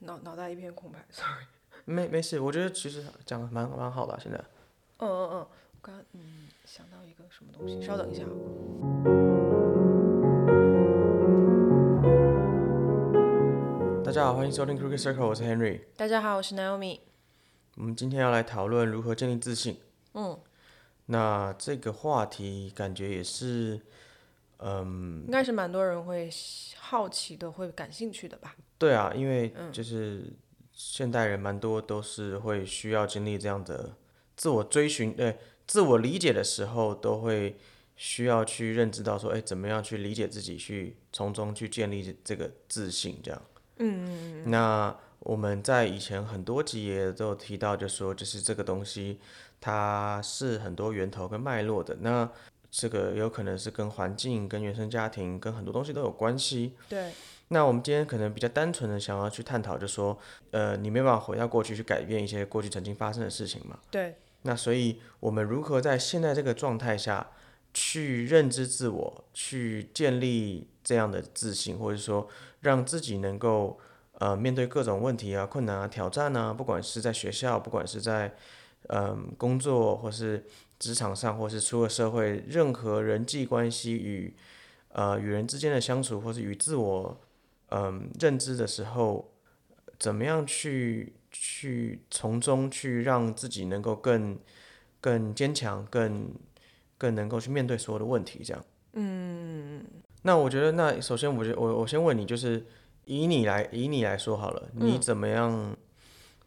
脑脑袋一片空白，sorry。没没事，我觉得其实讲的蛮蛮好的啊、现在嗯嗯嗯，我刚嗯想到一个什么东西，稍等一下啊。大家好，欢迎收听 Crooked Circle，我是 Henry。大家好，我是 Naomi。我们今天要来讨论如何建立自信。嗯，那这个话题感觉也是，嗯，应该是蛮多人会好奇的，会感兴趣的吧？对啊，因为就是现代人蛮多都是会需要经历这样的自我追寻，对、自我理解的时候，都会需要去认知到说，哎，怎么样去理解自己，去从中去建立这个自信，这样。嗯嗯嗯。那我们在以前很多集也都有提到，就说就是这个东西，它是很多源头跟脉络的。那这个有可能是跟环境、跟原生家庭、跟很多东西都有关系。对，那我们今天可能比较单纯的想要去探讨，就说，呃，你没办法回到过去去改变一些过去曾经发生的事情嘛？对，那所以我们如何在现在这个状态下去认知自我，去建立这样的自信，或者说让自己能够呃面对各种问题啊、困难啊、挑战啊，不管是在学校，不管是在嗯、工作，或是职场上，或是出了社会，任何人际关系与呃与人之间的相处，或是与自我嗯、认知的时候，怎么样去去从中去让自己能够更更坚强，更更能够去面对所有的问题，这样。嗯。那我觉得，那首先我觉我我先问你，就是以你来以你来说好了，你怎么样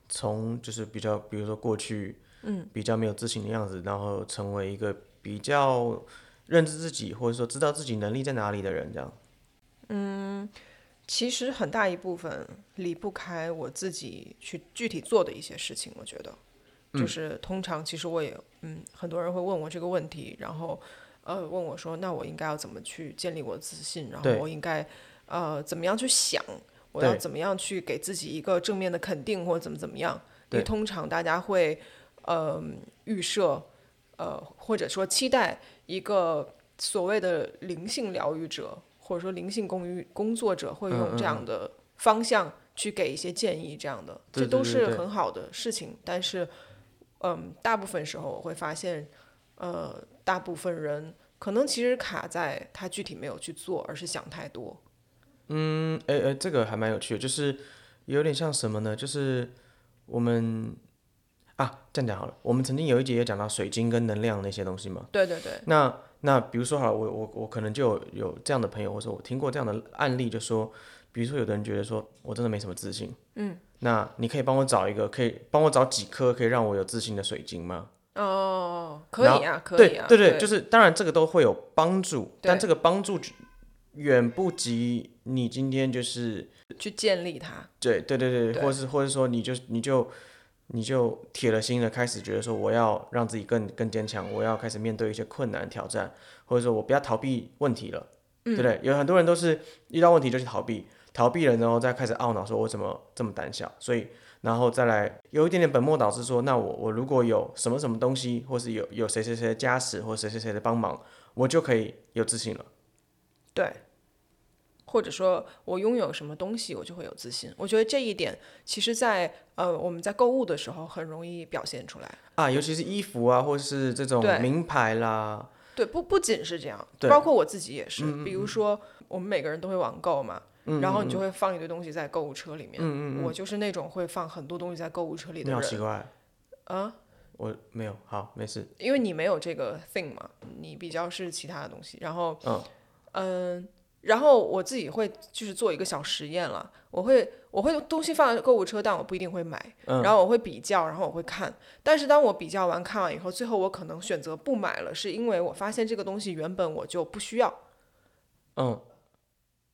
从就是比较，比如说过去，嗯，比较没有自信的样子，然后成为一个比较认知自己，或者说知道自己能力在哪里的人，这样。其实很大一部分离不开我自己去具体做的一些事情，我觉得，就是通常其实我也嗯，很多人会问我这个问题，然后呃问我说，那我应该要怎么去建立我自信？然后对我应该呃怎么样去想？我要对怎么样去给自己一个正面的肯定，或者怎么怎么样？因为对通常大家会呃预设呃或者说期待一个所谓的灵性疗愈者，或者说灵性工于工作者会嗯用这样的方向去给一些建议，这样的、对这都对是对很好的事情。但是，嗯，大部分时候我会发现，呃，大部分人可能其实卡在他具体没有去做，而是想太多。嗯，哎哎，这个还蛮有趣的，就是有点像什么呢？就是我们啊，这样讲好了，我们曾经有一节也讲到水晶跟能量那些东西嘛。对对对，那那比如说好了，我我我可能就有有这样的朋友，或者我听过这样的案例，就说，比如说有的人觉得说我真的没什么自信，嗯，那你可以帮我找一个，可以帮我找几颗可以让我有自信的水晶吗？哦，可然后以啊，可以对啊，对对对，就是当然这个都会有帮助，但对这个帮助远不及你今天就是。去建立它。对对对对，对或是或者说你就你就你就铁了心的开始觉得说我要让自己更更坚强，我要开始面对一些困难挑战，或者说我不要逃避问题了，对不对？有很多人都是遇到问题就去逃避，逃避了然后再开始懊恼说我怎么这么胆小，所以然后再来有一点点本末倒置说，那我我如果有什么什么东西，或是有有谁谁谁的加持或谁谁谁的帮忙，我就可以有自信了。对，或者说我拥有什么东西，我就会有自信。我觉得这一点，其实在，呃我们在购物的时候很容易表现出来。啊，尤其是衣服啊，或是这种对名牌啦，对，不不仅是这样，对嗯包括我自己也是。比如说，我们每个人都会网购嘛，然后你就会放一堆东西在购物车里面。嗯我就是那种会放很多东西在购物车里你的好奇人，怪啊！我没有，好，没事。因为你没有这个 thing 嘛，你比较是其他的东西。然后，嗯嗯，然后我自己会就是做一个小实验了，我会我会东西放在购物车，但我不一定会买，然后我会比较，然后我会看。但是当我比较完看完以后，最后我可能选择不买了，是因为我发现这个东西原本我就不需要。嗯，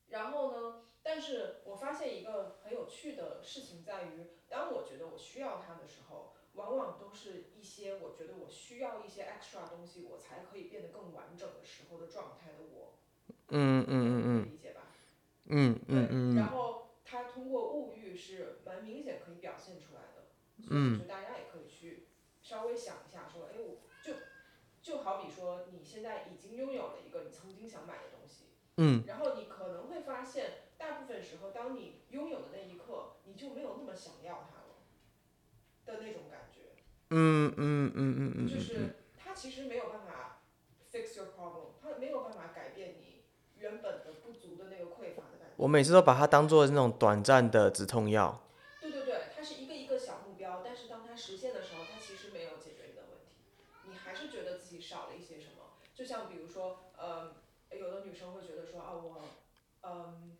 然后呢，但是我发现一个很有趣的事情在于，当我觉得我需要它的时候，往往都是一些我觉得我需要一些 extra 东西，我才可以变得更完整的时候的状态的我。嗯嗯嗯嗯理解吧？嗯嗯对嗯然后他通过物欲是蛮明显可以表现出来的，所以嗯我觉得大家也可以去稍微想一下，说，哎，我就就好比说你现在已经拥有了一个你曾经想买的东西，嗯，然后你可能会发现，大部分时候当你拥有的那一刻，你就没有那么想要它了的那种感觉。嗯嗯嗯嗯嗯，就是它其实没有办法 fix your problem，它没有办法改变你原本的不足的那个匮乏的感觉。我每次都把它当做那种短暂的止痛药。对对对，它是一个一个小目标，但是当它实现的时候，它其实没有解决你的问题，你还是觉得自己少了一些什么。就像比如说，呃，有的女生会觉得说啊，我，嗯，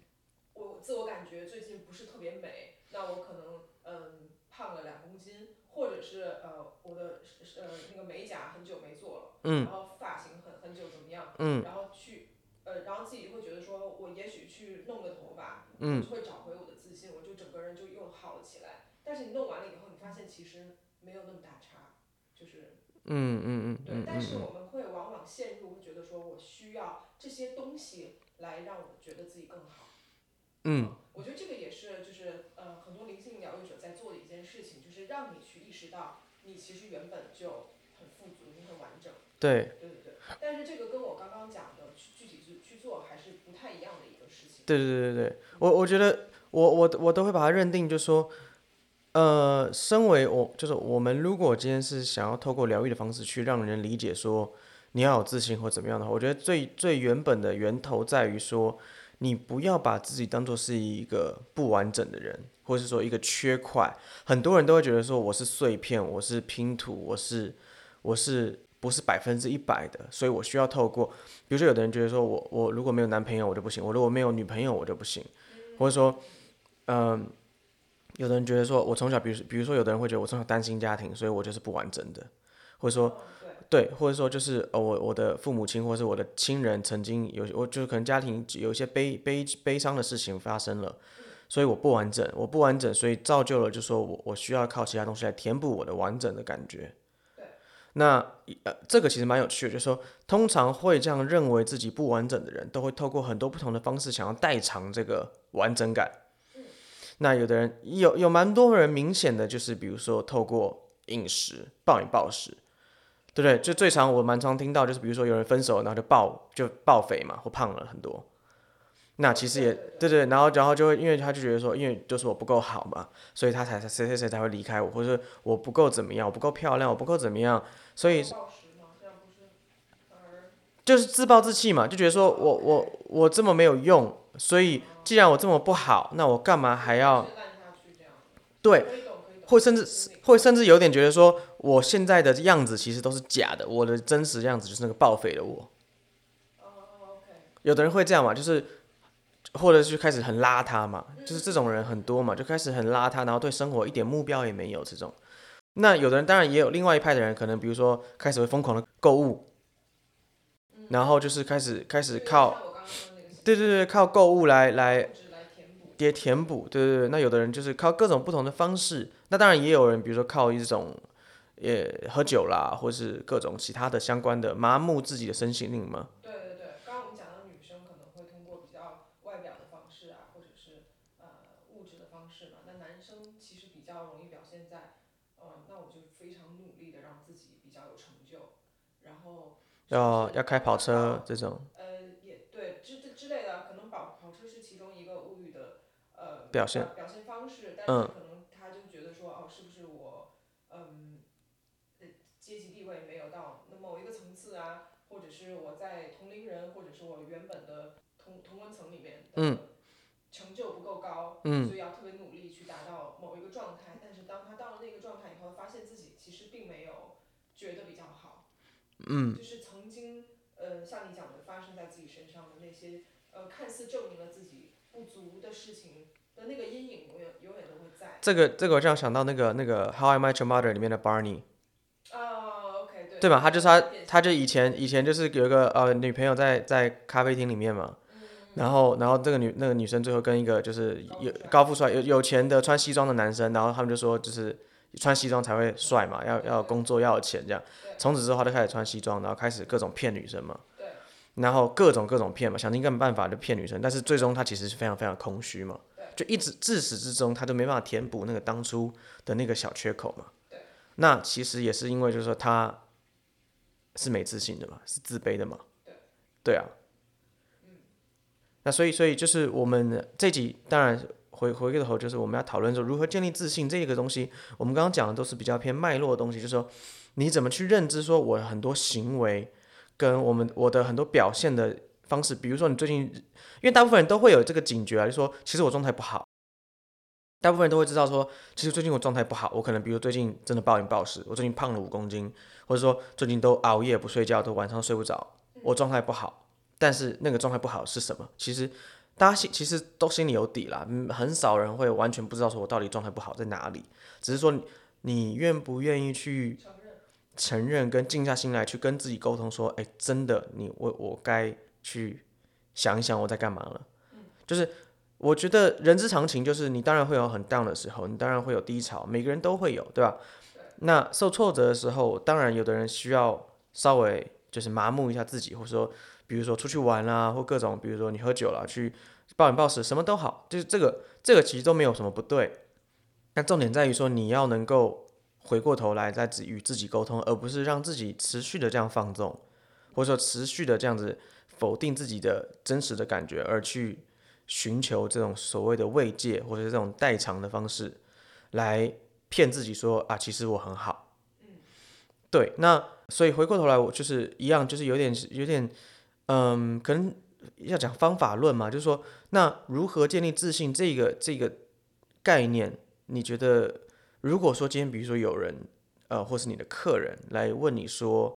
我自我感觉最近不是特别美，那我可能嗯胖了两公斤，或者是呃我的呃那个美甲很久没做了，嗯然后发型很很久怎么样，嗯然后去。呃，然后自己会觉得说，我也许去弄个头发，嗯我就会找回我的自信，我就整个人就又好了起来。但是你弄完了以后，你发现其实没有那么大差，就是嗯嗯嗯对嗯，但嗯是嗯，我们会往往陷入，会觉得说我需要这些东西来让我觉得自己更好。嗯，我觉得这个也是，就是呃，很多灵性疗愈者在做的一件事情，就是让你去意识到你其实原本就很富足，你很完整。对对对对。但是这个跟我刚刚讲的去具体去去做还是不太一样的一个事情。对对对对对，我我觉得我我我都会把它认定，就说，呃，身为我就是我们如果今天是想要透过疗愈的方式去让人理解说你要有自信或怎么样的话，我觉得最最原本的源头在于说，你不要把自己当做是一个不完整的人，或是说一个缺块。很多人都会觉得说我是碎片，我是拼图，我是我是不是百分之一百的，所以我需要透过，比如说有的人觉得说我我如果没有男朋友我就不行，我如果没有女朋友我就不行，或者说，嗯、有的人觉得说我从小，比如比如说有的人会觉得我从小单亲家庭，所以我就是不完整的，或者说嗯对对，或者说就是呃，我我的父母亲或是我的亲人曾经有我就是可能家庭有一些悲悲悲伤的事情发生了，所以我不完整，我不完整，所以造就了就说我我需要靠其他东西来填补我的完整的感觉对。那呃，这个其实蛮有趣的，就是说，通常会这样认为自己不完整的人，都会透过很多不同的方式想要代偿这个完整感。那有的人有有蛮多人明显的就是，比如说透过饮食暴饮暴食，对不对？就最常我蛮常听到就是，比如说有人分手，然后就暴就暴肥嘛，或胖了很多。那啊其实也对对，然后然后就会因为他就觉得说，因为就是我不够好嘛，所以他才谁谁谁才会离开我，或者是我不够怎么样，我不够漂亮，我不够怎么样，所以暴食嘛，这样不是反而就是自暴自弃嘛，就觉得说我我我这么没有用，所以既然我这么不好，那我干嘛还要是烂下去这样。对？可以懂，可以懂。会甚就至是那个会甚至有点觉得说，我现在的样子其实都是假的，我的真实样子就是那个报废的我。哦，OK，有的人会这样嘛，就是或者就开始很邋遢嘛，就是这种人很多嘛，就开始很邋遢，然后对生活一点目标也没有这种。那有的人当然也有另外一派的人，可能比如说开始会疯狂的购物，然后就是开始开始就有点靠像我刚刚说的那个对对对靠购物来来物质来填补。叠填补，对对对。那有的人就是靠各种不同的方式，那当然也有人，比如说靠一种，呃，喝酒啦，或是各种其他的相关的麻木自己的身心灵嘛。对对对，刚刚我们讲到女生可能会通过比较外表的方式啊，或者是呃物质的方式嘛，那男生其实比较容易表现在，呃，那我就非常努力的让自己比较有成就，然后啊要甚至要开跑车这种呃也对之之之类的，可能跑跑车是其中一个物欲的呃表现表现方式，但嗯是可能他就觉得说哦是不是我嗯呃阶级地位没有到那某一个层次啊，或者是我在同龄人或者是我原本的同同温层里面嗯的成就不够高，嗯所以要特别努力去达到某一个状态，但是当他到了那个状态以后，发现自己其实并没有觉得比较好，嗯，就是曾经呃，像你讲的，发生在自己身上的那些呃，看似证明了自己不足的事情的那个阴影，永远永远都会在。这个这个我让我想到那个那个《How I Met Your Mother》里面的 Barney，啊，OK，对，对吧？他就是他典型他就以前以前就是有一个呃女朋友在在咖啡厅里面嘛，然后然后这个女那个女生最后跟一个就是有高富帅有有钱的穿西装的男生，然后他们就说就是穿西装才会帅嘛，要要有工作要有钱这样。从此之后他就开始穿西装，然后开始各种骗女生嘛，对，然后各种各种骗嘛，想尽各种办法就骗女生，但是最终他其实是非常非常空虚嘛，就一直自始至终他都没办法填补那个当初的那个小缺口嘛。那其实也是因为就是说他是没自信的嘛，是自卑的嘛。对啊。那所以，所以就是我们这集，当然回回过头，就是我们要讨论说如何建立自信这个东西。我们刚刚讲的都是比较偏脉络的东西，就是说你怎么去认知说我很多行为跟我们我的很多表现的方式，比如说你最近，因为大部分人都会有这个警觉啊，就说其实我状态不好。大部分人都会知道说，其实最近我状态不好，我可能比如最近真的暴饮暴食，我最近胖了五公斤，或者说最近都熬夜不睡觉，都晚上睡不着，我状态不好。但是那个状态不好是什么？其实大家心其实都心里有底啦，嗯很少人会完全不知道说我到底状态不好在哪里，只是说你你愿不愿意去承认，跟静下心来去跟自己沟通说，哎，真的你我我该去想一想我在干嘛了，就是。我觉得人之常情，就是你当然会有很 down 的时候，你当然会有低潮，每个人都会有，对吧？那受挫折的时候，当然有的人需要稍微就是麻木一下自己，或者说，比如说出去玩啦、或各种，比如说你喝酒了，啊去暴饮暴食，什么都好，就是这个这个其实都没有什么不对。但重点在于说，你要能够回过头来再自与自己沟通，而不是让自己持续的这样放纵，或者说持续的这样子否定自己的真实的感觉，而去寻求这种所谓的慰藉或者是这种代偿的方式，来骗自己说啊，其实我很好。对，那所以回过头来，我就是一样，就是有点有点，嗯，可能要讲方法论嘛，就是说，那如何建立自信这个这个概念，你觉得如果说今天比如说有人呃，或是你的客人来问你说，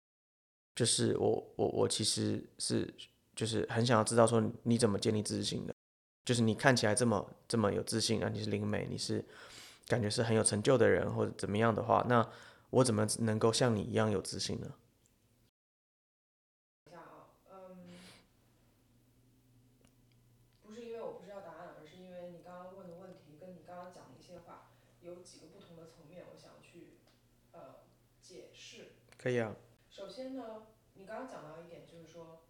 就是我我我其实是就是很想要知道说你怎么建立自信的。就是你看起来这么这么有自信啊，你是灵媒，你是感觉是很有成就的人，或者怎么样的话，那我怎么能够像你一样有自信呢？嗯不是因为我不知道答案，而是因为你刚刚问的问题跟你刚刚讲的一些话有几个不同的层面，我想去呃解释。可以啊，首先呢，你刚刚讲到一点，就是说，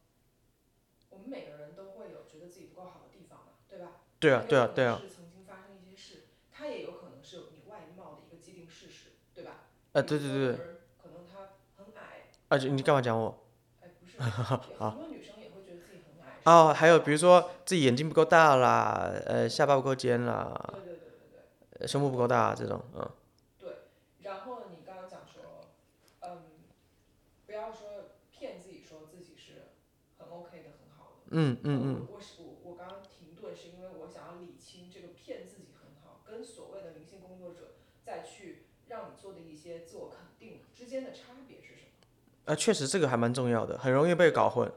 我们每个人都会有觉得自己不够好的地方嘛，对吧？对啊，对啊，它对有 啊可，能是曾经发生一些事，它也有可能是有你外貌的一个既定事实，对吧？啊，对对对，对。可能她很矮，而啊且你干嘛讲我？哎，不 是，很多女生也会觉得自己很矮。哦，还有比如说自己眼睛不够大啦，呃，下巴不够尖啦，对对对对对。呃胸部不够大这种，嗯，然后你刚刚讲说，嗯，不要说骗自己说自己是很 OK 的、很好的。嗯嗯嗯，嗯。我是我我刚刚停顿是因为我想要理清这个骗自己很好跟所谓的灵性工作者再去让你做的一些自我肯定之间的差别是什么。啊，确实这个还蛮重要的，很容易被搞混。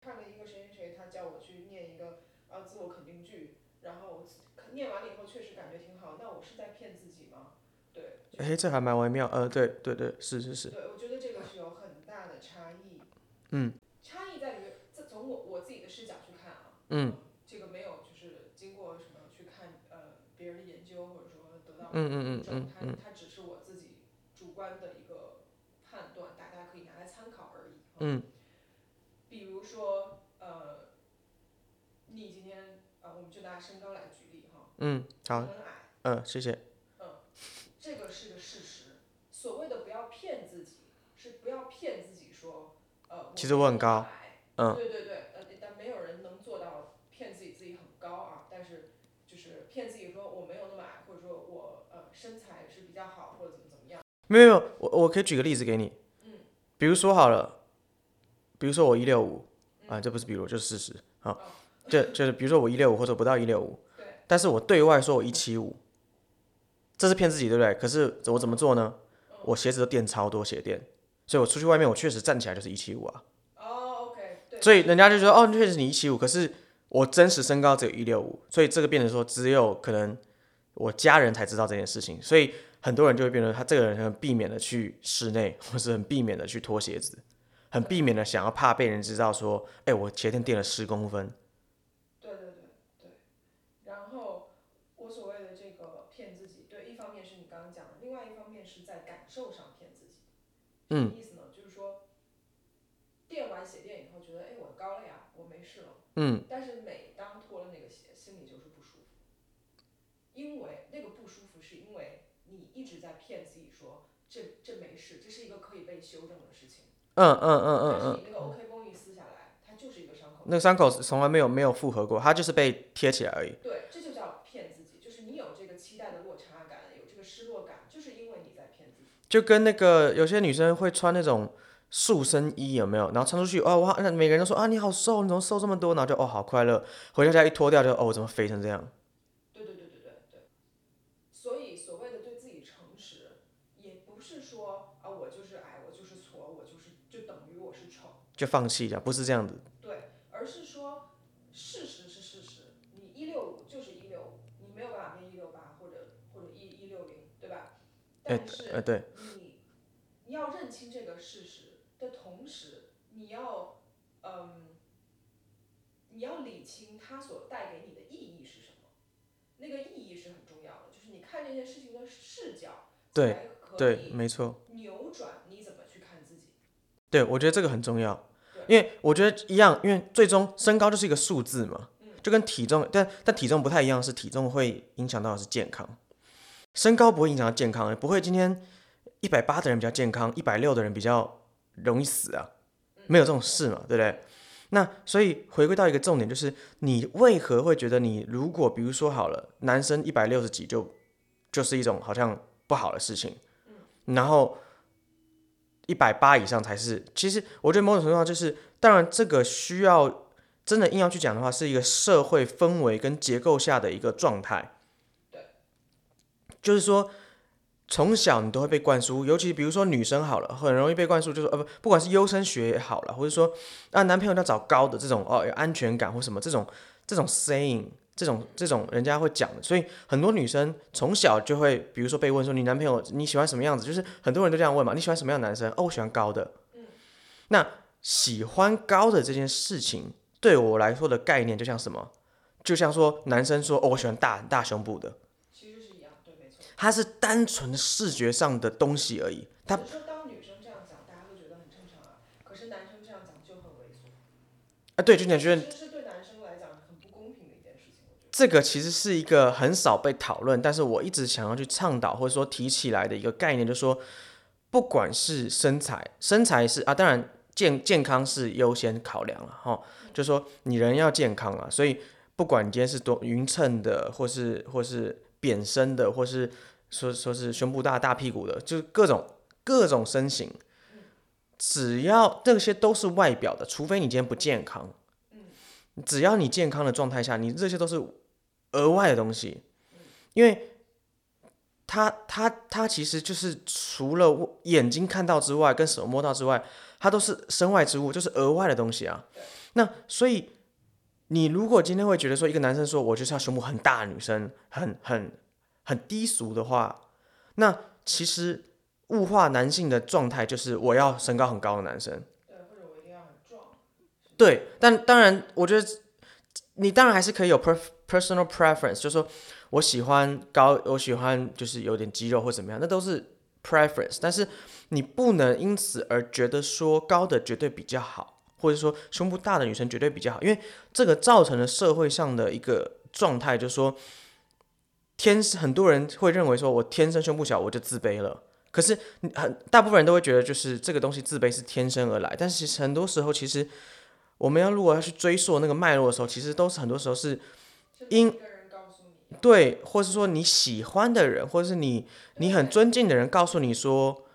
看了一个谁谁谁，他叫我去念一个呃自我肯定句，然后我肯念完了以后确实感觉挺好，那我是在骗自己吗？对，就哎，这还蛮微妙，呃，对对对，是是是，对，我觉得这个是有很大的差异。嗯，差异在于，这从我我自己的视角去看啊，嗯，这个没有就是经过什么去看呃别人的研究，或者说得到嗯印嗯嗯证，嗯它嗯，它只是我自己主观的一个判断，大家可以拿来参考而已。嗯，比如说呃，你今天啊、呃我们就拿身高来举例哈，嗯，好，很矮，嗯，谢谢。这个是个事实。所谓的不要骗自己，是不要骗自己说，呃，其实我很高矮，嗯对对对，呃，但没有人能做到骗自己自己很高啊，但是就是骗自己说我没有那么矮，或者说我呃身材是比较好，或者怎么怎么样，没有没有，我我可以举个例子给你，嗯，比如说好了，比如说我一六五嗯啊，这不是比如就是事实哦啊，就就是比如说我一六五或者不到一六五，对，但是我对外说我一七五，这是骗自己对不对？可是我怎么做呢？我鞋子都垫超多鞋垫，所以我出去外面我确实站起来就是一七五啊，哦，OK，对，所以人家就说哦，确实你一七五，可是我真实身高只有一六五，所以这个变成说只有可能我家人才知道这件事情，所以很多人就会变成他这个人很避免的去室内， 或是很避免的去脱鞋子，很避免的想要怕被人知道说，哎，我鞋垫垫了十公分，对对对对，然后我所谓的这个骗自己，对，一方面是你刚刚讲的，另外一方面是在感受上骗自己。嗯什么意思呢？就是说，垫完鞋垫以后觉得，哎，我高了呀，我没事了。嗯。但是每当脱了那个鞋，心里就是不舒服，因为那个不舒服是因为你一直在骗自己说，这这没事，这是一个可以被修正的事情。嗯嗯嗯嗯但是嗯，你那个 OK 绷一撕下来，它就是一个伤口，那个伤口从来没有没有复合过，它就是被贴起来而已。对，这就叫骗自己，就是你有这个期待的落差感，有这个失落感，就是因为你在骗自己。就跟那个有些女生会穿那种塑身衣，有没有？然后穿出去，哦，哇，那每个人都说啊，你好瘦，你怎么瘦这么多？然后就哦，好快乐。回到家一脱掉就，哦，我怎么肥成这样？对对对对对对。所以所谓的对自己诚实，也不是说啊，我就是矮，我就是矬，我就是就等于我是丑。就放弃了，不是这样子。对，而是说事实是事实，你一六五就是一六五，你没有办法变一六八或者或者一一六零，对吧？哎但是呃，对，你你要认清这个事实的同时，你要嗯，你要理清它所带给你的意义是什么，那个意义是很重要的，就是你看这件事情的视角，对才可对，以没错。扭转你怎么去看自己。对，我觉得这个很重要，因为我觉得一样，因为最终身高就是一个数字嘛，就跟体重，但但体重不太一样，是体重会影响到的是健康，身高不会影响到健康，不会今天一百八的人比较健康，一百六的人比较容易死啊，没有这种事嘛，对不对？那所以回归到一个重点，就是你为何会觉得你如果比如说好了，男生一百六十几就就是一种好像不好的事情，然后一百八以上才是。其实我觉得某种程度上就是，当然这个需要真的硬要去讲的话，是一个社会氛围跟结构下的一个状态。对，就是说从小你都会被灌输，尤其比如说女生好了，很容易被灌输，就是呃不，不管是优生学也好了，或者说啊男朋友要找高的这种哦有安全感或什么这种这种 saying。这种这种人家会讲的，所以很多女生从小就会，比如说被问说你男朋友你喜欢什么样子，就是很多人都这样问嘛，你喜欢什么样的男生？哦，我喜欢高的。那喜欢高的这件事情对我来说的概念就像什么？就像说男生说哦，我喜欢大大胸部的，其实是一样，对，没错。它是单纯视觉上的东西而已。它只是说当女生这样讲，大家会觉得很正常啊，可是男生这样讲就很猥琐。啊，对，就你觉得其实是对男生来讲很不公平的一件事情，我觉得。这个其实是一个很少被讨论，但是我一直想要去倡导或者说提起来的一个概念，就是说，不管是身材，身材是啊，当然健健康是优先考量了哈，就是说你人要健康啊，所以不管你今天是多匀称的，或是或是扁身的，或是说说是胸部大大屁股的，就是各种各种身形，只要这些都是外表的，除非你今天不健康。只要你健康的状态下，你这些都是额外的东西，因为它它它其实就是除了我眼睛看到之外，跟手摸到之外，它都是身外之物，就是额外的东西啊。那所以你如果今天会觉得说一个男生说我就是要胸部很大的女生，很很很低俗的话，那其实物化男性的状态就是我要身高很高的男生。对，或者我一定要很壮。对，但当然，我觉得你当然还是可以有 per personal preference，就是说我喜欢高，我喜欢就是有点肌肉或怎么样，那都是 preference。但是你不能因此而觉得说高的绝对比较好，或者说胸部大的女生绝对比较好，因为这个造成了社会上的一个状态，就是说天生很多人会认为说我天生胸部小我就自卑了。可是你很大部分人都会觉得，就是这个东西自卑是天生而来，但是其实很多时候其实我们要如果要去追溯那个脉络的时候，其实都是很多时候是是因一个人告诉你，对，或是说你喜欢的人，或者是你你很尊敬的人告诉你说，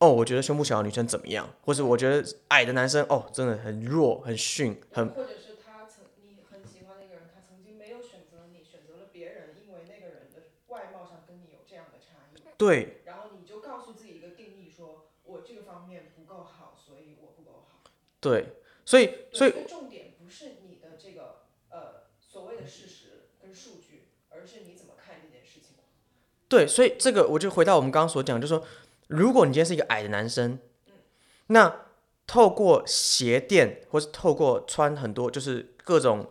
哦，我觉得胸部小的女生怎么样，或是我觉得矮的男生哦，真的很弱、很逊、很或者是他曾你很喜欢那个人，他曾经没有选择你，选择了别人，因为那个人的外貌上跟你有这样的差异，对。然后你就告诉自己一个定义说，我这个方面不够好，所以我不够好。对，所以对所以这个重点不是你的这个呃所谓的事实跟数据，而是你怎么看这件事情。对，所以这个我就回到我们刚刚所讲，就是说，如果你今天是一个矮的男生，那透过鞋垫或是透过穿很多就是各种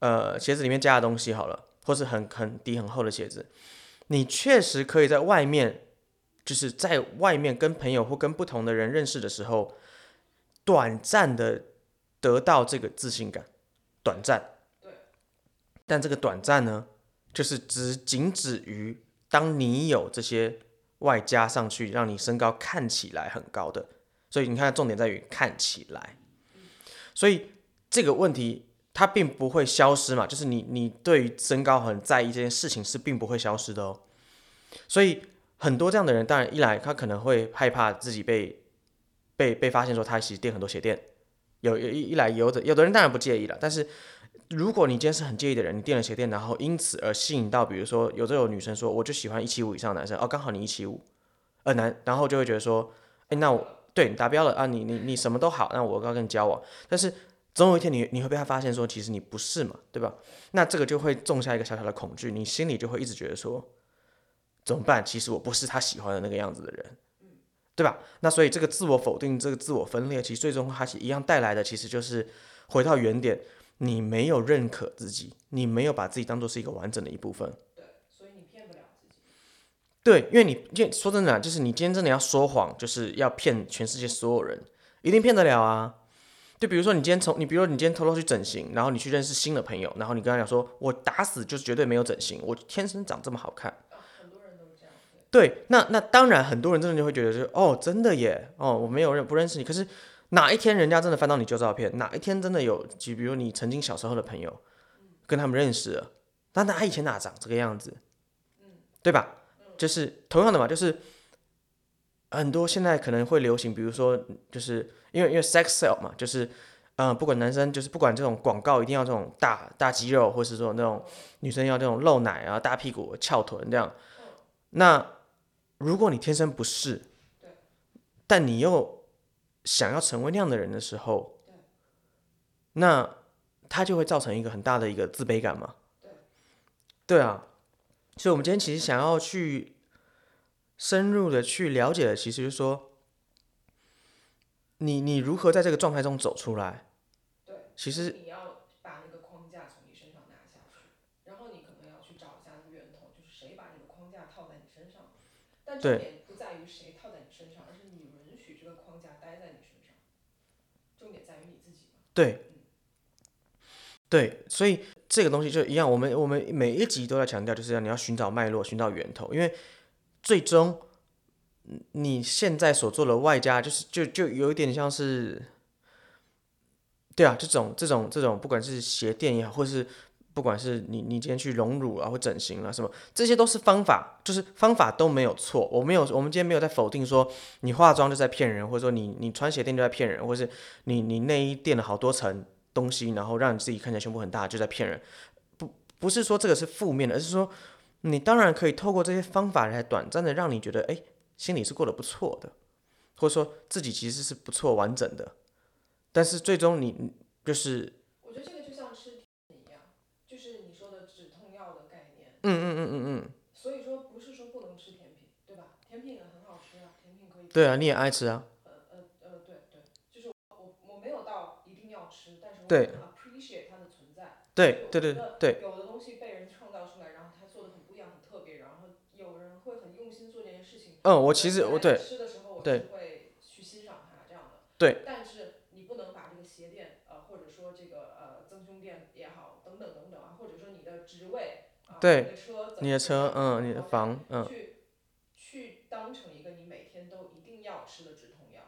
呃鞋子里面加的东西好了，或是很很低很厚的鞋子，你确实可以在外面，就是在外面跟朋友或跟不同的人认识的时候，短暂的得到这个自信感，短暂。对。但这个短暂呢，就是只仅止于当你有这些外加上去，让你身高看起来很高的，所以你看重点在于看起来，所以这个问题它并不会消失嘛，就是你你对于身高很在意这件事情是并不会消失的哦。所以很多这样的人，当然一来他可能会害怕自己被被被发现说他其实垫很多鞋垫，有有一一来有的有的人当然不介意了，但是如果你今天是很介意的人，你垫了鞋垫，然后因此而吸引到，比如说有这种女生说我就喜欢一七五以上的男生，哦刚好你一七五，呃男，然后就会觉得说，哎那我对你达标了啊，你你你什么都好，那我要跟你交往，但是。总有一天你你会被他发现说，其实你不是嘛，对吧？那这个就会种下一个小小的恐惧，你心里就会一直觉得说，怎么办？其实我不是他喜欢的那个样子的人，对吧？那所以这个自我否定，这个自我分裂，其实最终它是一样带来的，其实就是回到原点，你没有认可自己，你没有把自己当做是一个完整的一部分。对，因为你，因为说真的啊，就是你今天真的要说谎，就是要骗全世界所有人，一定骗得了啊。就比如说你今天从你，比如说你今天偷偷去整形，然后你去认识新的朋友，然后你跟他讲说，我打死就是绝对没有整形，我天生长这么好看。对，那那当然，很多人真的就会觉得就是哦，真的耶，哦，我没有认不认识你，可是哪一天人家真的翻到你旧照片，哪一天真的有，就比如你曾经小时候的朋友跟他们认识了，那那他以前哪长这个样子，对吧？就是同样的嘛，就是很多现在可能会流行，比如说就是因为因为 sex sell 嘛，就是嗯、呃不管男生就是不管这种广告一定要这种大大肌肉，或是说那种女生要这种露奶啊、大屁股、翘臀这样，那。如果你天生不是，但你又想要成为那样的人的时候，那他就会造成一个很大的一个自卑感嘛。对啊，所以我们今天其实想要去深入的去了解的，其实就是说，你你如何在这个状态中走出来。其实你要把那个框架从你身上拿下去，然后你可能要去找一下源头，就是谁把这个框架套在你身上。但重对点不在于谁套在你身上，而是你允许这个框架待在你身上。重点在于你自己嘛。对，对，所以这个东西就一样，我们我们每一集都在强调，就是要你要寻找脉络，寻找源头，因为最终嗯你现在所做的外加，就是就就有一点像是，对啊，这种这种这种，不管是鞋垫也好，或是不管是你你今天去隆乳啊，或整形啊，什么，这些都是方法，就是方法都没有错，我没有，我们今天没有在否定说你化妆就在骗人，或者说你你穿鞋垫就在骗人，或是你你内衣垫了好多层东西，然后让你自己看起来胸部很大，就在骗人。不不是说这个是负面的，而是说你当然可以透过这些方法来短暂的让你觉得，哎，心里是过得不错的，或者说自己其实是不错完整的，但是最终你你就是我觉得这个就像吃甜一样，就是你说的止痛药的概念。嗯嗯嗯嗯嗯，所以说不是说不能吃甜品，对吧？甜品也很好吃啊，甜品可以。对啊，你也爱吃啊，呃呃呃，对对，就是我我我没有到一定要吃，但是我对很 appreciate 它的存在。对对对对，有的东西被人创造出来，然后他做的很不一样、很特别，然后有人会很用心做这件事情。嗯，我其实我对。吃的时候，我对是会去欣赏它这样的。对。但是你不能把这个鞋垫，呃，或者说这个呃增胸垫也好，等等等等啊，或者说你的职位，啊、对你的车，你的车，嗯，你的房，嗯，去去当成一个你每天都一定要吃的止痛药，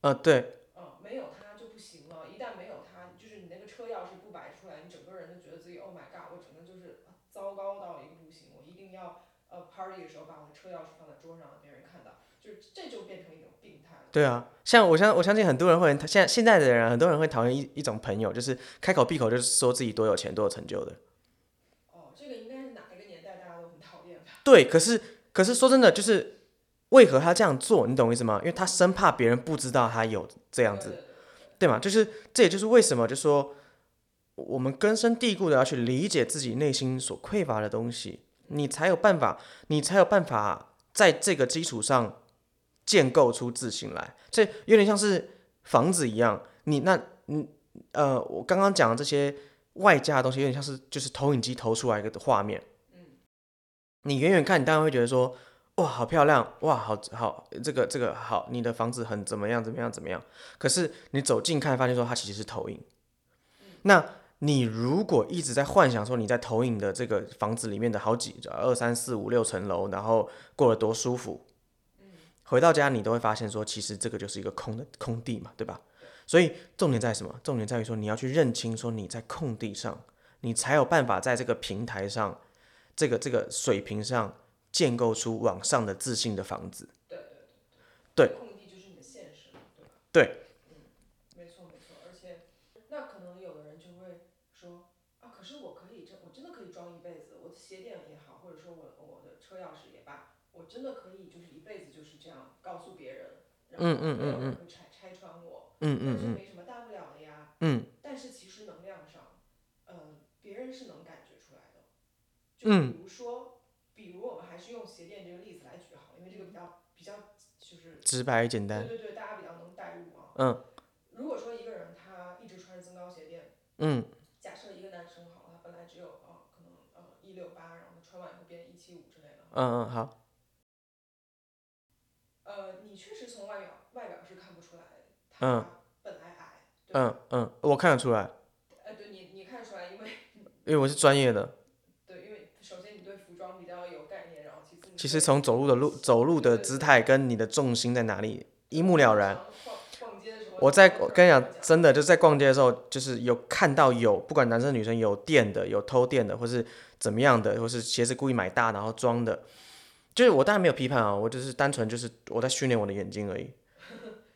呃，对，嗯，没有它就不行了。一旦没有它，就是你那个车钥匙不摆出来，你整个人就觉得自己 Oh my God，我整个就是糟糕到一个不行。我一定要呃 party 的时候把我的车钥匙放在桌上，让别人看到，就是这就变成一种病态了。对啊，像我相我相信很多人会很现在现在的人啊，很多人会讨厌一一种朋友，就是开口闭口就是说自己多有钱、多有成就的。哦，这个应该是哪一个年代大家都很讨厌吧？对，可是可是说真的，就是为何他这样做，你懂我意思吗？因为他生怕别人不知道他有这样子，对。对对对吗？就是这也就是为什么，就说我们根深蒂固的要去理解自己内心所匮乏的东西，你才有办法，你才有办法在这个基础上建构出自信来。这有点像是房子一样，你那你呃，我刚刚讲的这些外加的东西，有点像是就是投影机投出来一个画面，你远远看，你当然会觉得说。哇，好漂亮！哇，好好，这个这个好，你的房子很怎么样？怎么样？怎么样？可是你走近看，发现说它其实是投影。那你如果一直在幻想说你在投影的这个房子里面的好几二三四五六层楼，然后过得多舒服，回到家你都会发现说，其实这个就是一个空的空地嘛，对吧？所以重点在什么？重点在于说你要去认清，说你在空地上，你才有办法在这个平台上，这个这个水平上建构出往上的自信的房子。对空地就是你的现实嘛，对吧？对。嗯，没错没错，而且那可能有的人就会说啊，可是我可以真我真的可以装一辈子，我的鞋垫也好，或者说我我的车钥匙也罢，我真的可以就是一辈子就是这样告诉别人，然后嗯嗯没有嗯人会拆拆穿我，嗯嗯但是嗯没什么大不了的呀。嗯但是其实能量上，嗯，别人是能感觉出来的。就嗯比如说，比如我们还是用鞋垫这个例子来举好了，因为这个比较比较就是直白而简单。对对对，大家比较能代入啊。嗯如果说一个人他一直穿着增高鞋垫，嗯假设一个男生好了，他本来只有啊、可能呃一六八，然后他穿完以后变一七五之类的嗯啊，嗯，好，呃，你确实从外表外表是看不出来嗯他本来矮，对吧，嗯嗯，我看得出来，呃，对你你看出来，因为因为我是专业的。对，因为首先你对服装比较有概念，然后其次你其实对从走路的路走路的姿态跟你的重心在哪里一目了然。。逛逛街的时候，我在我跟你讲讲，，真的就是在逛街的时候，就是有看到有不管男生女生有垫的，有偷垫的，或是怎么样的，或是鞋子故意买大然后装的，就是我当然没有批判啊，我就是单纯就是我在训练我的眼睛而已，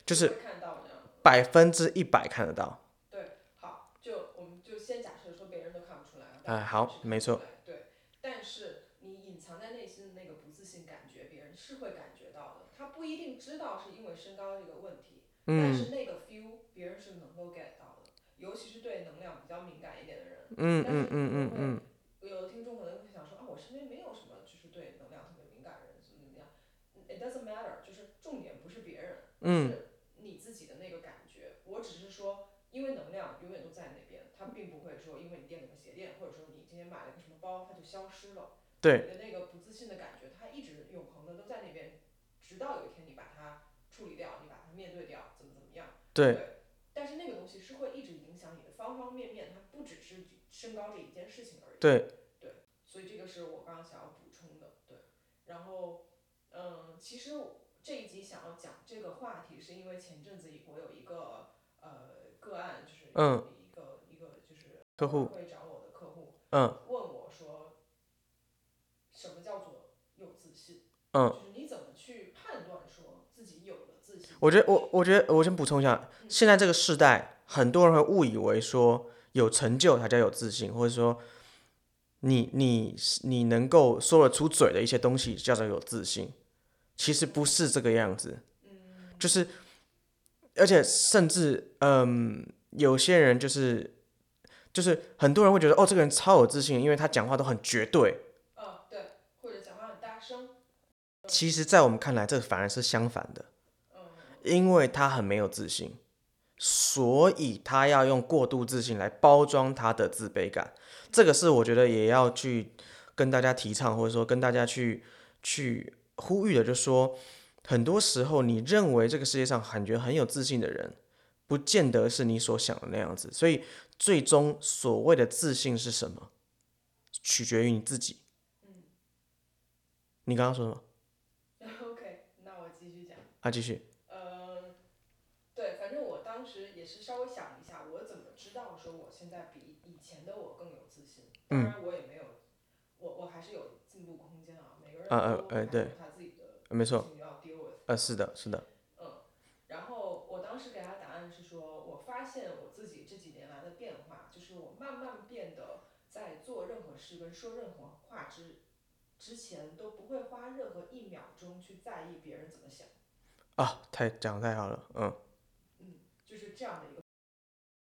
就是会看到这样。百分之一百看得到。对，好，就我们就先假设说别人都看不出来啊。哎好没错。对，但是你隐藏在内心的那个不自信感觉，别人是会感觉到的。他不一定知道是因为身高这个问题，但嗯是那个 feel 别人是能够 get 到的，尤其是对能量比较敏感一点的人。嗯嗯嗯嗯嗯，有的听众可能会想说啊，我身边没有什么就是对能量特别敏感的人，怎么怎么样？It doesn't matter，就是重点不是别人，嗯是你自己的那个感觉。我只是说，因为能量永远都在那边，它并不会说因为你垫了个鞋垫，或者说你今天买了个什么包，它就消失了。对，你的那个不自信的感觉，它一直永恒的都在那边，直到有一天你把它处理掉，你把它面对掉，怎么怎么样。对，但是那个东西是会一直影响你的方方面面，它不只是身高这一件事情而已。对，所以这个是我刚刚想要补充的，对。然后，嗯，其实我这一集想要讲这个话题，是因为前阵子我有一个呃个案，就是嗯一个、一个就是客户会找我的客户嗯问我说，什么叫做有自信？嗯，就是你怎么去判断说自己有了自信？我觉得我我觉得我先补充一下，现在这个时代，很多人会误以为说有成就才叫有自信，或者说你你你能够说得出嘴的一些东西叫做有自信，其实不是这个样子，就是而且甚至嗯，有些人就是就是很多人会觉得哦，这个人超有自信，因为他讲话都很绝对，嗯，对，或者讲话很大声，其实，在我们看来，这反而是相反的，嗯因为他很没有自信，所以他要用过度自信来包装他的自卑感。这个是我觉得也要去跟大家提倡，或者说跟大家去去呼吁的，就是说，很多时候你认为这个世界上感觉很有自信的人，不见得是你所想的那样子。所以，最终所谓的自信是什么，取决于你自己。你刚刚说什么？ OK，那我继续讲。啊，继续。呃，对，反正我当时也是稍微想了一下，我怎么知道说我现在比以前的我更有自信？当嗯然我也没有，我我还是有进步空间啊。每个人啊啊都哎还对有他自己的没错事情要 deal with。呃，是的，是的，嗯，然后我当时给他答案是说，我发现我自己这几年来的变化，就是我慢慢变得在做任何事跟说任何话之之前都不会花任何一秒钟去在意别人怎么想。啊，太讲得太好了，嗯就是这样的一个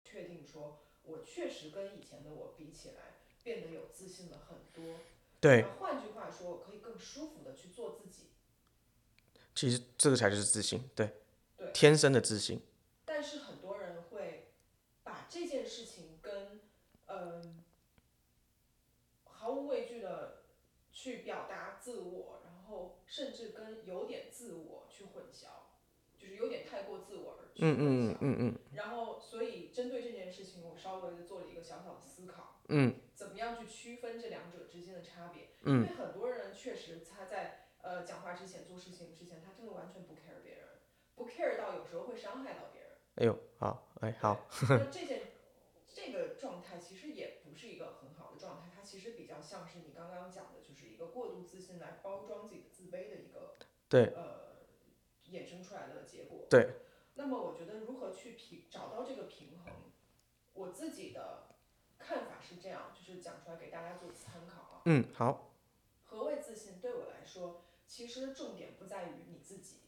确定说，我确实跟以前的我比起来变得有自信了很多。，对，那换句话说，我可以更舒服的去做自己。其实这个才就是自信，对，对天生的自信，但是很多人会把这件事情跟嗯、毫无畏惧的去表达自我，然后甚至跟有点自我去混淆，就是有点太过自我而去混淆。嗯嗯嗯嗯然后，所以针对这件事情，我稍微的做了一个小小的思考，嗯，怎么样去区分这两者之间的差别？因嗯为很多人确实他在呃讲话之前、做事情之前，他真的完全不 care 别人，不 care 到有时候会伤害到别人，嗯，哎呦，好，哎，好， 那这件这个状态其实也不是一个很好的状态，它其实比较像是你刚刚讲的，就是一个过度自信来包装自己的自卑的一个对呃衍生出来的结果。对。那么我觉得如何去平找到这个平衡，我自己的看法是这样，就是讲出来给大家做参考啊。嗯，好，何谓自信？对我来说，其实重点不在于你自己。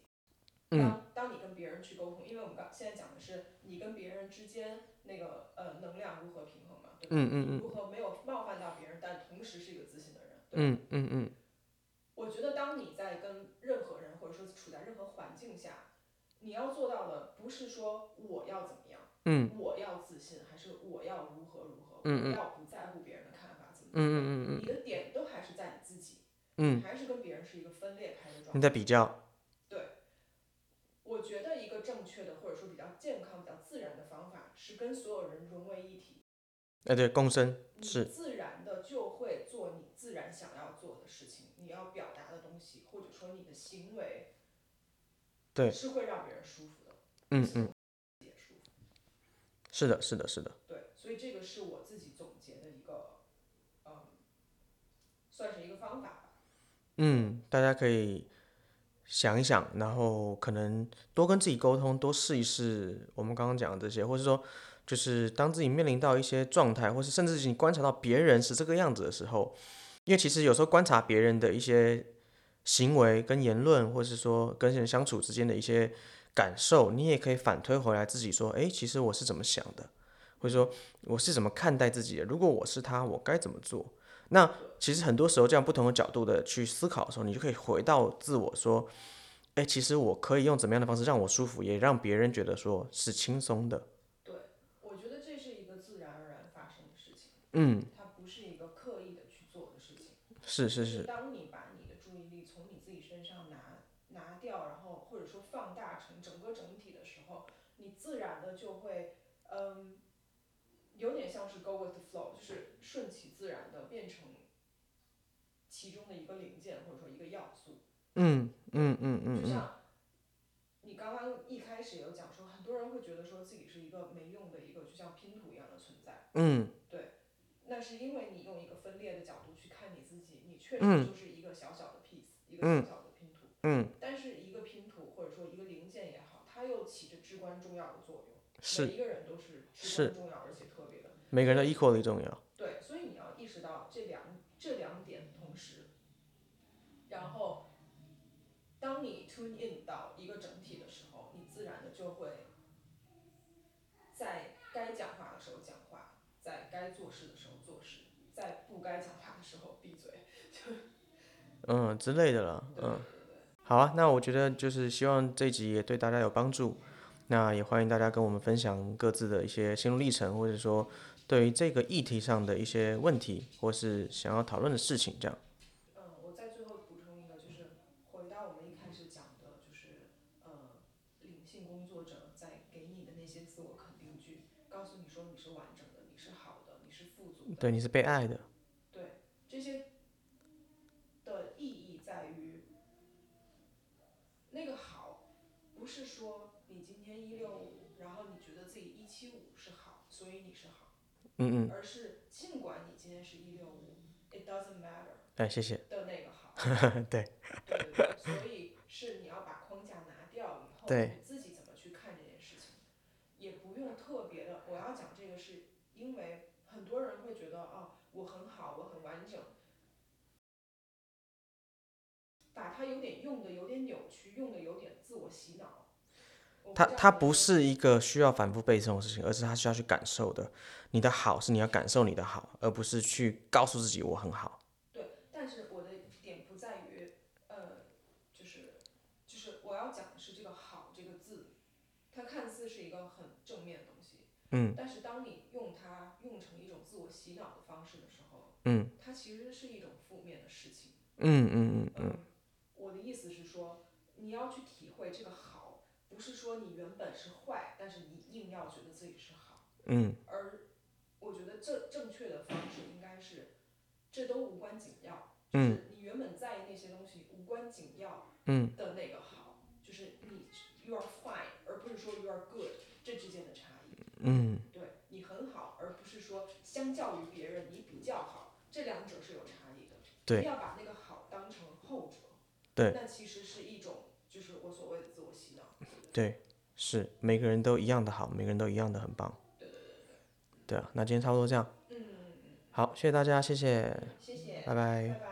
嗯当当你跟别人去沟通，因为我们刚现在讲的是你跟别人之间那个呃能量如何平衡嘛，对吧？嗯嗯嗯如何没有冒犯到别人，但同时是一个自信的人。对吧嗯嗯嗯，我觉得当你在跟任何人，或者说处在任何环境下，你要做到的不是说我要怎么样，嗯，我要自信，还是我要如何如何，嗯嗯我要不在乎别人的看法怎么，嗯嗯嗯你的点都还是在你自己，嗯，还是跟别人是一个分裂开的状态你。在比较，我觉得一个正确的，或者说比较健康、比较自然的方法，是跟所有人融为一体，哎，对，共生你是，自然的就会做你自然想要做的事情，你要表达的东西，或者说你的行为，对是会让别人舒服的，嗯是嗯，自己也舒服。是的，是的，是的，对，所以这个是我自己总结的一个，嗯，算是一个方法吧。嗯，大家可以想一想，然后可能多跟自己沟通，多试一试我们刚刚讲的这些，或是说，就是当自己面临到一些状态，或是甚至是你观察到别人是这个样子的时候，因为其实有时候观察别人的一些行为跟言论，或是说跟人相处之间的一些感受，你也可以反推回来自己说，诶，其实我是怎么想的，或者说我是怎么看待自己的，如果我是他，我该怎么做？那其实很多时候，这样不同的角度的去思考的时候，你就可以回到自我说，哎，其实我可以用怎么样的方式让我舒服，也让别人觉得说是轻松的。对，我觉得这是一个自然而然发生的事情，嗯，它不是一个刻意的去做的事情。是是，就是当你把你的注意力从你自己身上拿拿掉，然后或者说放大成整个整体的时候，你自然的就会，嗯，有点像是 go with the flow，就是顺其自然的变成其中的一个零件或者说一个要素。嗯嗯嗯嗯就嗯，像你刚刚一开始有讲说，很多人会觉得说自己是一个没用的一个就像拼图一样的存在。嗯，那是因为你用一个分裂的角度去看你自己，你确嗯实就是一个小小的 piece，、一个小小的拼图。嗯，但是一个拼图或者说一个零件也好，它又起着至关重要的作用。是，每一个人都是至是关重要而且特别的。每个人都 equally 重要。对，所以你要意识到这两这两点同时，然后当你 tune in 到一个整体的时候，你自然的就会在该讲话的时候讲话，在该做事的时候做事，在不该讲话的时候闭嘴。嗯之类的了，嗯，好啊，那我觉得就是希望这集也对大家有帮助，那也欢迎大家跟我们分享各自的一些心路历程，或者说对于这个议题上的一些问题，或是想要讨论的事情，这样，嗯，我在最后补充一个，就是回到我们一开始讲的，就是呃，灵性工作者在给你的那些自我肯定句，告诉你说你是完整的，你是好的，你是富足的。对，你是被爱的，对这些的意义在于，那个好不是说你今天一六五，然后你觉得自己一七五是好，所以你是好，嗯嗯。而是尽管你今天是一六五，it doesn't matter 哎，谢谢。的那个好。 对，对对对，所以是你要把框架拿掉以后，对你自己怎么去看这件事情，也不用特别的。我要讲这个是因为很多人会觉得哦，我很好，我很完整，把它有点用的有点扭曲，用的有点自我洗脑。我它知道它你不是一个需要反复背诵的事情，而是它需要去感受的。你的好是你要感受你的好，而不是去告诉自己我很好。对，但是我的点不在于，呃，就是就是我要讲的是这个“好”这个字，它看似是一个很正面的东西，嗯，但是当你用它用成一种自我洗脑的方式的时候，嗯，它其实是一种负面的事情。嗯嗯嗯嗯，我的意思是说，你要去体会这个好，不是说你原本是坏，但是你硬要觉得自己是好。嗯，而我觉得这正确的方式应该是，这都无关紧要。嗯，你原本在意那些东西无关紧要。嗯的那个好，就是你 you are fine，而不是说 you are good，这只嗯对要把那个好当成后者，对，那其实是一种就是我所谓的自我洗脑。对，是每个人都一样的好，每个人都一样的很棒。对啊，那今天差不多这样。嗯。好，谢谢大家，谢谢，嗯谢谢，拜拜拜拜。